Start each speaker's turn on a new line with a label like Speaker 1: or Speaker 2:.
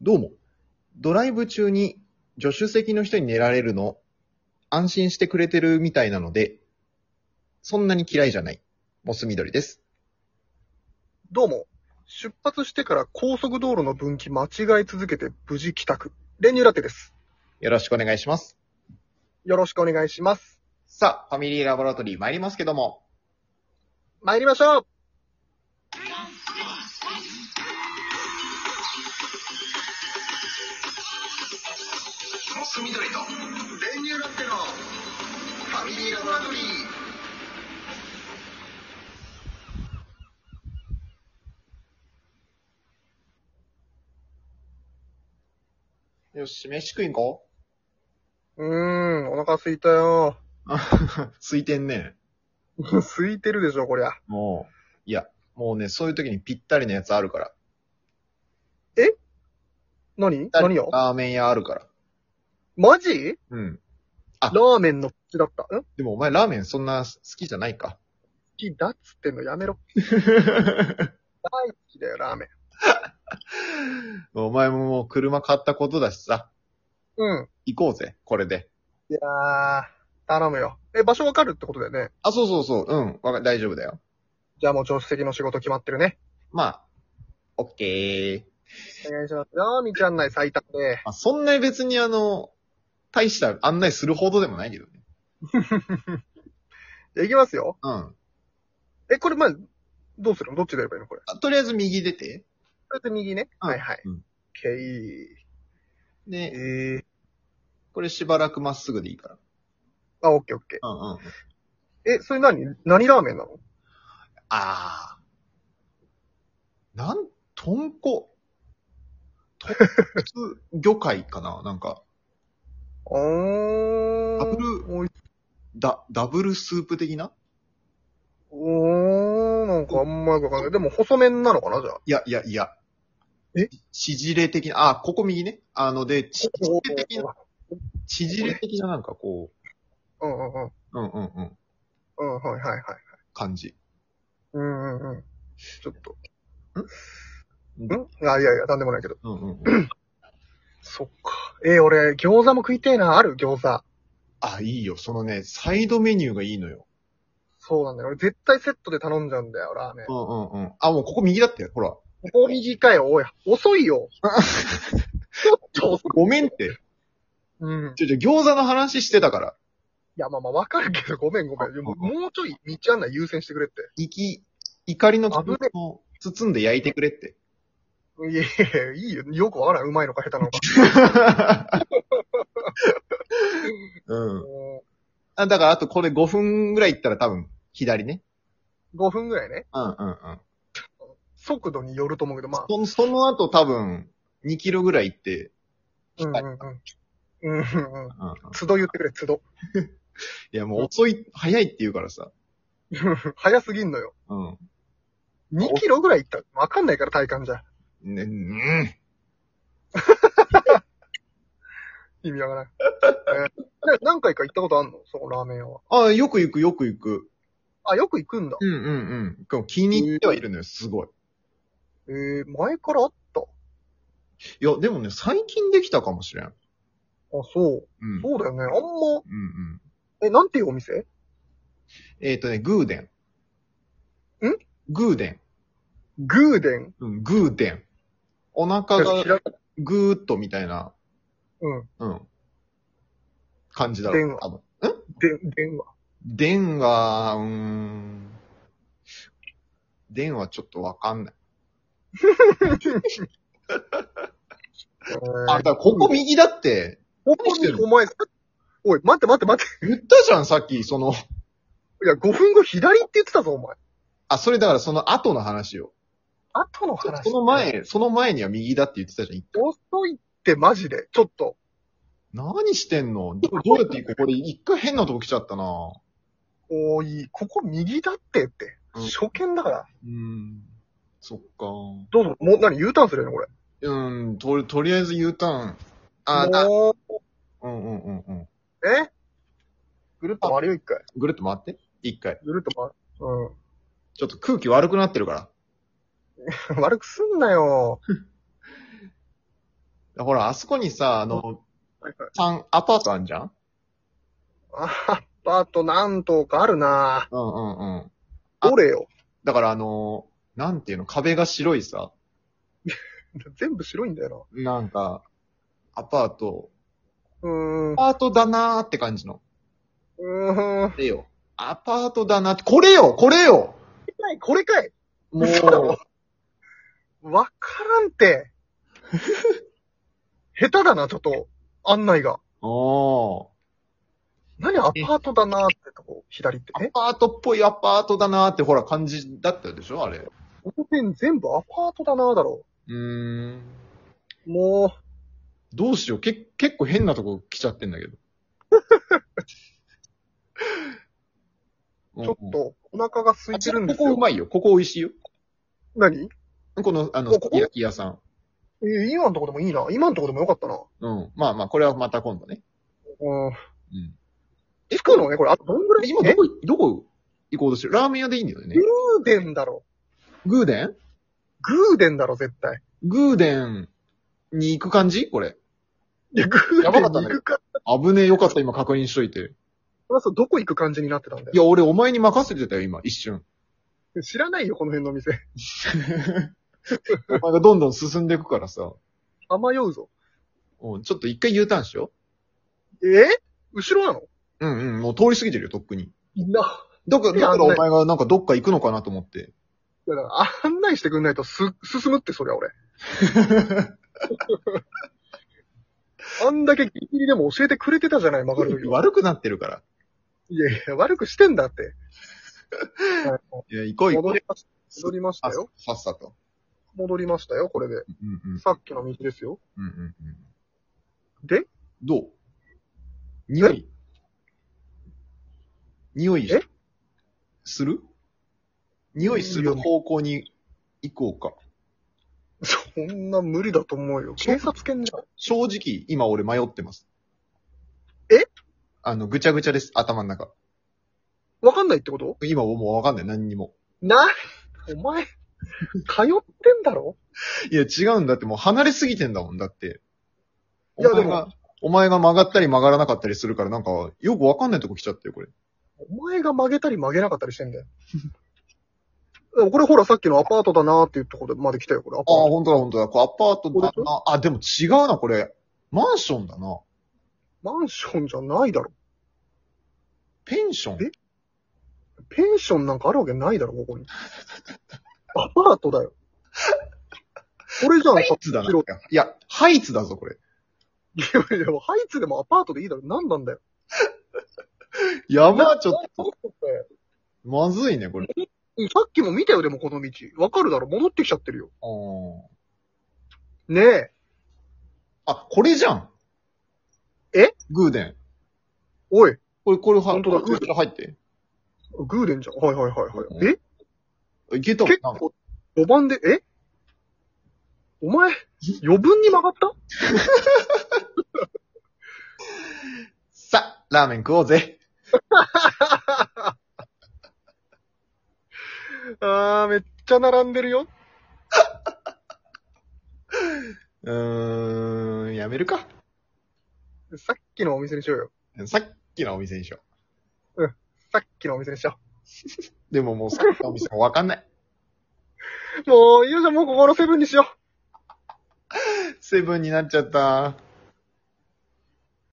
Speaker 1: どうも。ドライブ中に助手席の人に寝られるの、安心してくれてるみたいなので、そんなに嫌いじゃない。モス緑です。
Speaker 2: どうも。出発してから高速道路の分岐間違い続けて無事帰宅。練乳ラテです。
Speaker 1: よろしくお願いします。
Speaker 2: よろしくお願いします。
Speaker 1: さあ、ファミリーラボラトリー参りますけども。
Speaker 2: 参りましょうモス緑と練乳ラテのファミリーラボラトリー。
Speaker 1: よし、飯食いんこ
Speaker 2: うーん、お腹空いたよ。
Speaker 1: 空いてんね。
Speaker 2: 空いてるでしょ、こりゃ。
Speaker 1: もう。いや、もうね、そういう時にぴったりのやつあるから。
Speaker 2: 何何よ
Speaker 1: ラーメン屋あるから。
Speaker 2: マジ
Speaker 1: うん。あ
Speaker 2: ラーメンの口だった。ん好
Speaker 1: でもお前ラーメンそんな好きじゃないか。
Speaker 2: きだっつってんのやめろ。大好きだよ、ラーメン。
Speaker 1: お前ももう車買ったことだしさ。
Speaker 2: うん。
Speaker 1: 行こうぜ、これで。
Speaker 2: いやー、頼むよ。え、場所わかるってことだよね。
Speaker 1: あ、そうそうそう。うん。わか大丈夫だよ。
Speaker 2: じゃあもう助手席の仕事決まってるね。
Speaker 1: まあ、オッケー。
Speaker 2: お願いします。ラーミちゃん内最短で。
Speaker 1: まあ、そんなに別にあの、大した案内するほどでもないけどね。
Speaker 2: じゃあ行きますよ。
Speaker 1: うん。
Speaker 2: え、これまあ、どうするのどっちでやればいいのこれ。
Speaker 1: あとりあえず右出て。
Speaker 2: これで右ね。
Speaker 1: うん
Speaker 2: はいはい。
Speaker 1: うん
Speaker 2: けい。え
Speaker 1: で、
Speaker 2: ー。
Speaker 1: これしばらくまっすぐでいいから。
Speaker 2: あ、オッケーオッケ
Speaker 1: うんうん。あ
Speaker 2: ー。え、それ何何ラーメンなの
Speaker 1: あー。なん、豚骨。豚骨魚介かななんか、
Speaker 2: お
Speaker 1: ダブ。
Speaker 2: ー
Speaker 1: ル、
Speaker 2: おい
Speaker 1: だ、ダブルスープ的な
Speaker 2: おー、なんかあんまよくわかんない。でも細麺なのかなじゃあ。
Speaker 1: いや、いや、いや。
Speaker 2: え
Speaker 1: 縮れ的な、あ、ここ右ね。あの、で、縮れ的な、縮れ的ななんかこ
Speaker 2: うんうんうん。
Speaker 1: う、うんうんうん、
Speaker 2: うん、はいはいはい。
Speaker 1: 感じ。
Speaker 2: うんうんうん。ちょっと。
Speaker 1: うん
Speaker 2: んあ、いやいや、なんでもないけど。
Speaker 1: うんうんうん。
Speaker 2: そっか。えー俺、餃子も食いてえな。ある餃子。
Speaker 1: あ、いいよ。そのね、サイドメニューがいいのよ。
Speaker 2: そうなんだよ。俺絶対セットで頼んじゃうんだよ、ラーメン。
Speaker 1: うんうんうん。あ、もうここ右だって、ほら。
Speaker 2: ここ右かよ、おい。遅い よ。ちょっと遅い。
Speaker 1: ごめんって。
Speaker 2: うん。
Speaker 1: ちょ、ちょ、餃子の話してたから。
Speaker 2: いや、まあまあ、わかるけど、ごめんごめん。でも
Speaker 1: ああ
Speaker 2: もうちょい道案内優先してくれって。
Speaker 1: いき、怒りの
Speaker 2: 危ね
Speaker 1: 気持ちを包んで焼いてくれって。
Speaker 2: いやいや、いいよ。よくわからん。うまいのか下手なの か。
Speaker 1: うん。
Speaker 2: も
Speaker 1: あ、だからあとこれ5分ぐらい行ったら多分、左ね。
Speaker 2: う5分ぐらいね。
Speaker 1: うんうんうん。
Speaker 2: 速度によると思うけど、まあ。
Speaker 1: そその後多分、2キロぐらい行って、
Speaker 2: うんうんうん。うんうんうん。
Speaker 1: うんうん、
Speaker 2: 都度言ってくれ、都度。
Speaker 1: いやもう遅い、早いって言うからさ。
Speaker 2: 早すぎんのよ。
Speaker 1: うん。
Speaker 2: 2キロぐらい行ったらわかんないから、体感じゃ。
Speaker 1: ね、うん。
Speaker 2: 意味わからん。えー で何回か行ったことあんのそこラーメン屋は。
Speaker 1: あよく行く、よく行く。
Speaker 2: あ、よく行くんだ。
Speaker 1: うんうんうん。でも気に入ってはいるのよ、すごい。
Speaker 2: えー、前からあった。あ、
Speaker 1: いや、でもね、最近できたかもしれん。
Speaker 2: そう。
Speaker 1: うん。
Speaker 2: そうだよね。あんま、
Speaker 1: うんうん。
Speaker 2: え、なんていうお店
Speaker 1: えっ、とね、グーデン。
Speaker 2: ん
Speaker 1: グーデン。
Speaker 2: グーデン。
Speaker 1: うん、グーデン。お腹
Speaker 2: 知ら
Speaker 1: がぐーっとみたいな、
Speaker 2: うん。
Speaker 1: うん。感じだろ
Speaker 2: 電
Speaker 1: う。
Speaker 2: 話
Speaker 1: 多分。
Speaker 2: で、電話。
Speaker 1: 電は、うーん。電はちょっとわかんない。
Speaker 2: えー
Speaker 1: あ、だからここ右だって、何
Speaker 2: ここ
Speaker 1: して
Speaker 2: に
Speaker 1: るの
Speaker 2: お前、おい、待って待って待っ
Speaker 1: 言ったじゃん、さっき、その、
Speaker 2: て。いや、5分後左って言ってたぞ、お前。
Speaker 1: あ、それだからその後の話よ。
Speaker 2: 後の
Speaker 1: そ
Speaker 2: 話。
Speaker 1: その。前、その前には右だって言ってたじゃん。
Speaker 2: 遅いって、マジで。ちょっと。
Speaker 1: 何してんのどどうやって行くこれ一回変なとこ来ちゃったな
Speaker 2: おい、ここ右だってって。
Speaker 1: うん
Speaker 2: 初見だから。
Speaker 1: うん。そっか。
Speaker 2: どうぞ、もう、何、U ターンするよね、これ。
Speaker 1: うん、と、とりあえず U ターン。あ、だ、
Speaker 2: もう、
Speaker 1: うんうんうんうん。
Speaker 2: えぐるっと回るよ、一回。
Speaker 1: ぐるっと回って。一回。
Speaker 2: ぐるっと回る。う
Speaker 1: ちょっと空気 悪くなってるから。
Speaker 2: ん。悪くすんなよ。
Speaker 1: ほら、あそこにさ、あの、
Speaker 2: はいはい。
Speaker 1: 3アパートあんじゃん
Speaker 2: アパート何棟かあるな
Speaker 1: うんうんうん。あ
Speaker 2: どれよ。
Speaker 1: だからあの、なんていうの、壁が白いさ、
Speaker 2: 全部白いんだよ
Speaker 1: なんか、アパート、
Speaker 2: な。うーん
Speaker 1: ア。パートだなーって感じの。
Speaker 2: うーん。
Speaker 1: でよ。アパートだなって、これよこれよ
Speaker 2: これかい
Speaker 1: も
Speaker 2: そう
Speaker 1: う、
Speaker 2: わからん て。下手だな、ちょっと、案内が。
Speaker 1: おー。
Speaker 2: 何アパートだなってとこ、左って。
Speaker 1: ア
Speaker 2: え
Speaker 1: パートっぽいアパートだなーってほら感じだったでしょあれ。う
Speaker 2: 表に全部アパートだなだろ
Speaker 1: ーん。
Speaker 2: う。も
Speaker 1: どうしよう。け、結構変なとこ来ちゃってんだけど。
Speaker 2: う、ちょっ
Speaker 1: うんうん。
Speaker 2: と、お腹が空いてるんです
Speaker 1: ここう
Speaker 2: よ。
Speaker 1: まいよ。ここ美味しいよ。
Speaker 2: 何
Speaker 1: この、あの、
Speaker 2: お
Speaker 1: す
Speaker 2: ここ
Speaker 1: き焼き屋さん。
Speaker 2: えー今のとこでもいいな。今のとこでもよかったな。
Speaker 1: うん。まあまあ、これはまた今度ね。
Speaker 2: うん。
Speaker 1: うん。
Speaker 2: つくのね、これ、あとどんぐらい
Speaker 1: 今
Speaker 2: え
Speaker 1: どこ、どこ行こうとしてるラーメン屋でいいんだよね
Speaker 2: グ。ーデンだろ。
Speaker 1: グーデン
Speaker 2: グーデンだろ、絶対。
Speaker 1: グーデンに行く感じこれ。
Speaker 2: いや、グーデ
Speaker 1: や
Speaker 2: ン
Speaker 1: ばかったね
Speaker 2: に行くか。
Speaker 1: 危ねえよかった、今確認しといて。
Speaker 2: そらそうどこ行く感じになってたんだ
Speaker 1: い
Speaker 2: よ。
Speaker 1: や、俺お前に任せてたよ、今、一瞬。
Speaker 2: 知らないよ、この辺の店。
Speaker 1: お前がどんどん進んでいくからさ。
Speaker 2: あまようぞ。
Speaker 1: うん、ちょっと一回 U ターンしよ
Speaker 2: えー後ろなの
Speaker 1: う。うんうん、もう通り過ぎてるよ、とっくに。
Speaker 2: いんな。
Speaker 1: だから、
Speaker 2: いや
Speaker 1: だから
Speaker 2: あの
Speaker 1: お
Speaker 2: ね
Speaker 1: 前がなんかどっか行くのかなと思って。
Speaker 2: だから、案内してくんないとす、進むって、そりゃ 俺。あんだけギリギリでも教えてくれてたじゃない、曲がる時は。
Speaker 1: 悪くなってるから。
Speaker 2: いやいや、悪くしてんだって。はい
Speaker 1: いや、行こう行こう。
Speaker 2: 戻りました。戻りましたよ。
Speaker 1: さっさと。
Speaker 2: 戻りましたよ、これで。
Speaker 1: うんうん。
Speaker 2: さっきの道ですよ。
Speaker 1: うんうんうん。
Speaker 2: で
Speaker 1: どう匂い匂い
Speaker 2: え
Speaker 1: する匂いする方向に行こうか。
Speaker 2: そんな無理だと思うよ。
Speaker 1: ちょ
Speaker 2: 警察犬じゃん。
Speaker 1: 正直、今俺迷ってます。
Speaker 2: え
Speaker 1: あの、ぐちゃぐちゃです、頭の中。
Speaker 2: わかんないってこと
Speaker 1: 今もうわかんない、何にも。
Speaker 2: な、お前、通ってんだろ
Speaker 1: いや、違うんだって、もう離れすぎてんだもん、だって。
Speaker 2: いや
Speaker 1: お前
Speaker 2: で
Speaker 1: が
Speaker 2: も
Speaker 1: お前が曲がったり曲がらなかったりするから、なんか、よくわかんないとこ来ちゃったよ、これ。
Speaker 2: お前が曲げたり曲げなかったりしてんだよ。 でもこれほらさっきのアパートだなーっていうところまで来たよ、これ。アパー
Speaker 1: ああ、
Speaker 2: ト。
Speaker 1: ほんとだ、ほんとだ。これアパートだ
Speaker 2: これ
Speaker 1: な。あ、でも違うな、これ。マンションだな。
Speaker 2: マンションじゃないだろ。
Speaker 1: ペンション
Speaker 2: えペンションなんかあるわけないだろ、ここに。アパートだよ。これじゃん、
Speaker 1: ハ
Speaker 2: さ
Speaker 1: イ
Speaker 2: っき
Speaker 1: ツだな。い
Speaker 2: 白
Speaker 1: やいや、ハイツだぞ、これ。
Speaker 2: いやいや、ハイツでもアパートでいいだろ。何なんだよ。
Speaker 1: やば、ちょっと。
Speaker 2: 戻ってったよ
Speaker 1: まずいね、これ。
Speaker 2: さっきも見たよ、でもこの道。わかるだろ、戻ってきちゃってるよ。
Speaker 1: あー
Speaker 2: ねえ。
Speaker 1: あ、これじゃん。
Speaker 2: え
Speaker 1: グーデン。
Speaker 2: おい、
Speaker 1: これ、これ、は
Speaker 2: ほんとだ
Speaker 1: これこれ入って。
Speaker 2: グーデンじゃん。はいはいはいはい。
Speaker 1: うん
Speaker 2: え
Speaker 1: いけた
Speaker 2: 結
Speaker 1: なんか
Speaker 2: 構、5番で、えお前、余分に曲がった
Speaker 1: さ、ラーメン食おうぜ。
Speaker 2: あー、めっちゃ並んでるよ。
Speaker 1: うーん、やめるか。
Speaker 2: さっきのお店にしようよ。
Speaker 1: さっきのお店にしよ
Speaker 2: さっきのお店にしよ
Speaker 1: う。でももうさっきのお店もわかんない。
Speaker 2: う。もう、いいよじゃん、もうここのセブンにしよう。
Speaker 1: セブンになっちゃった。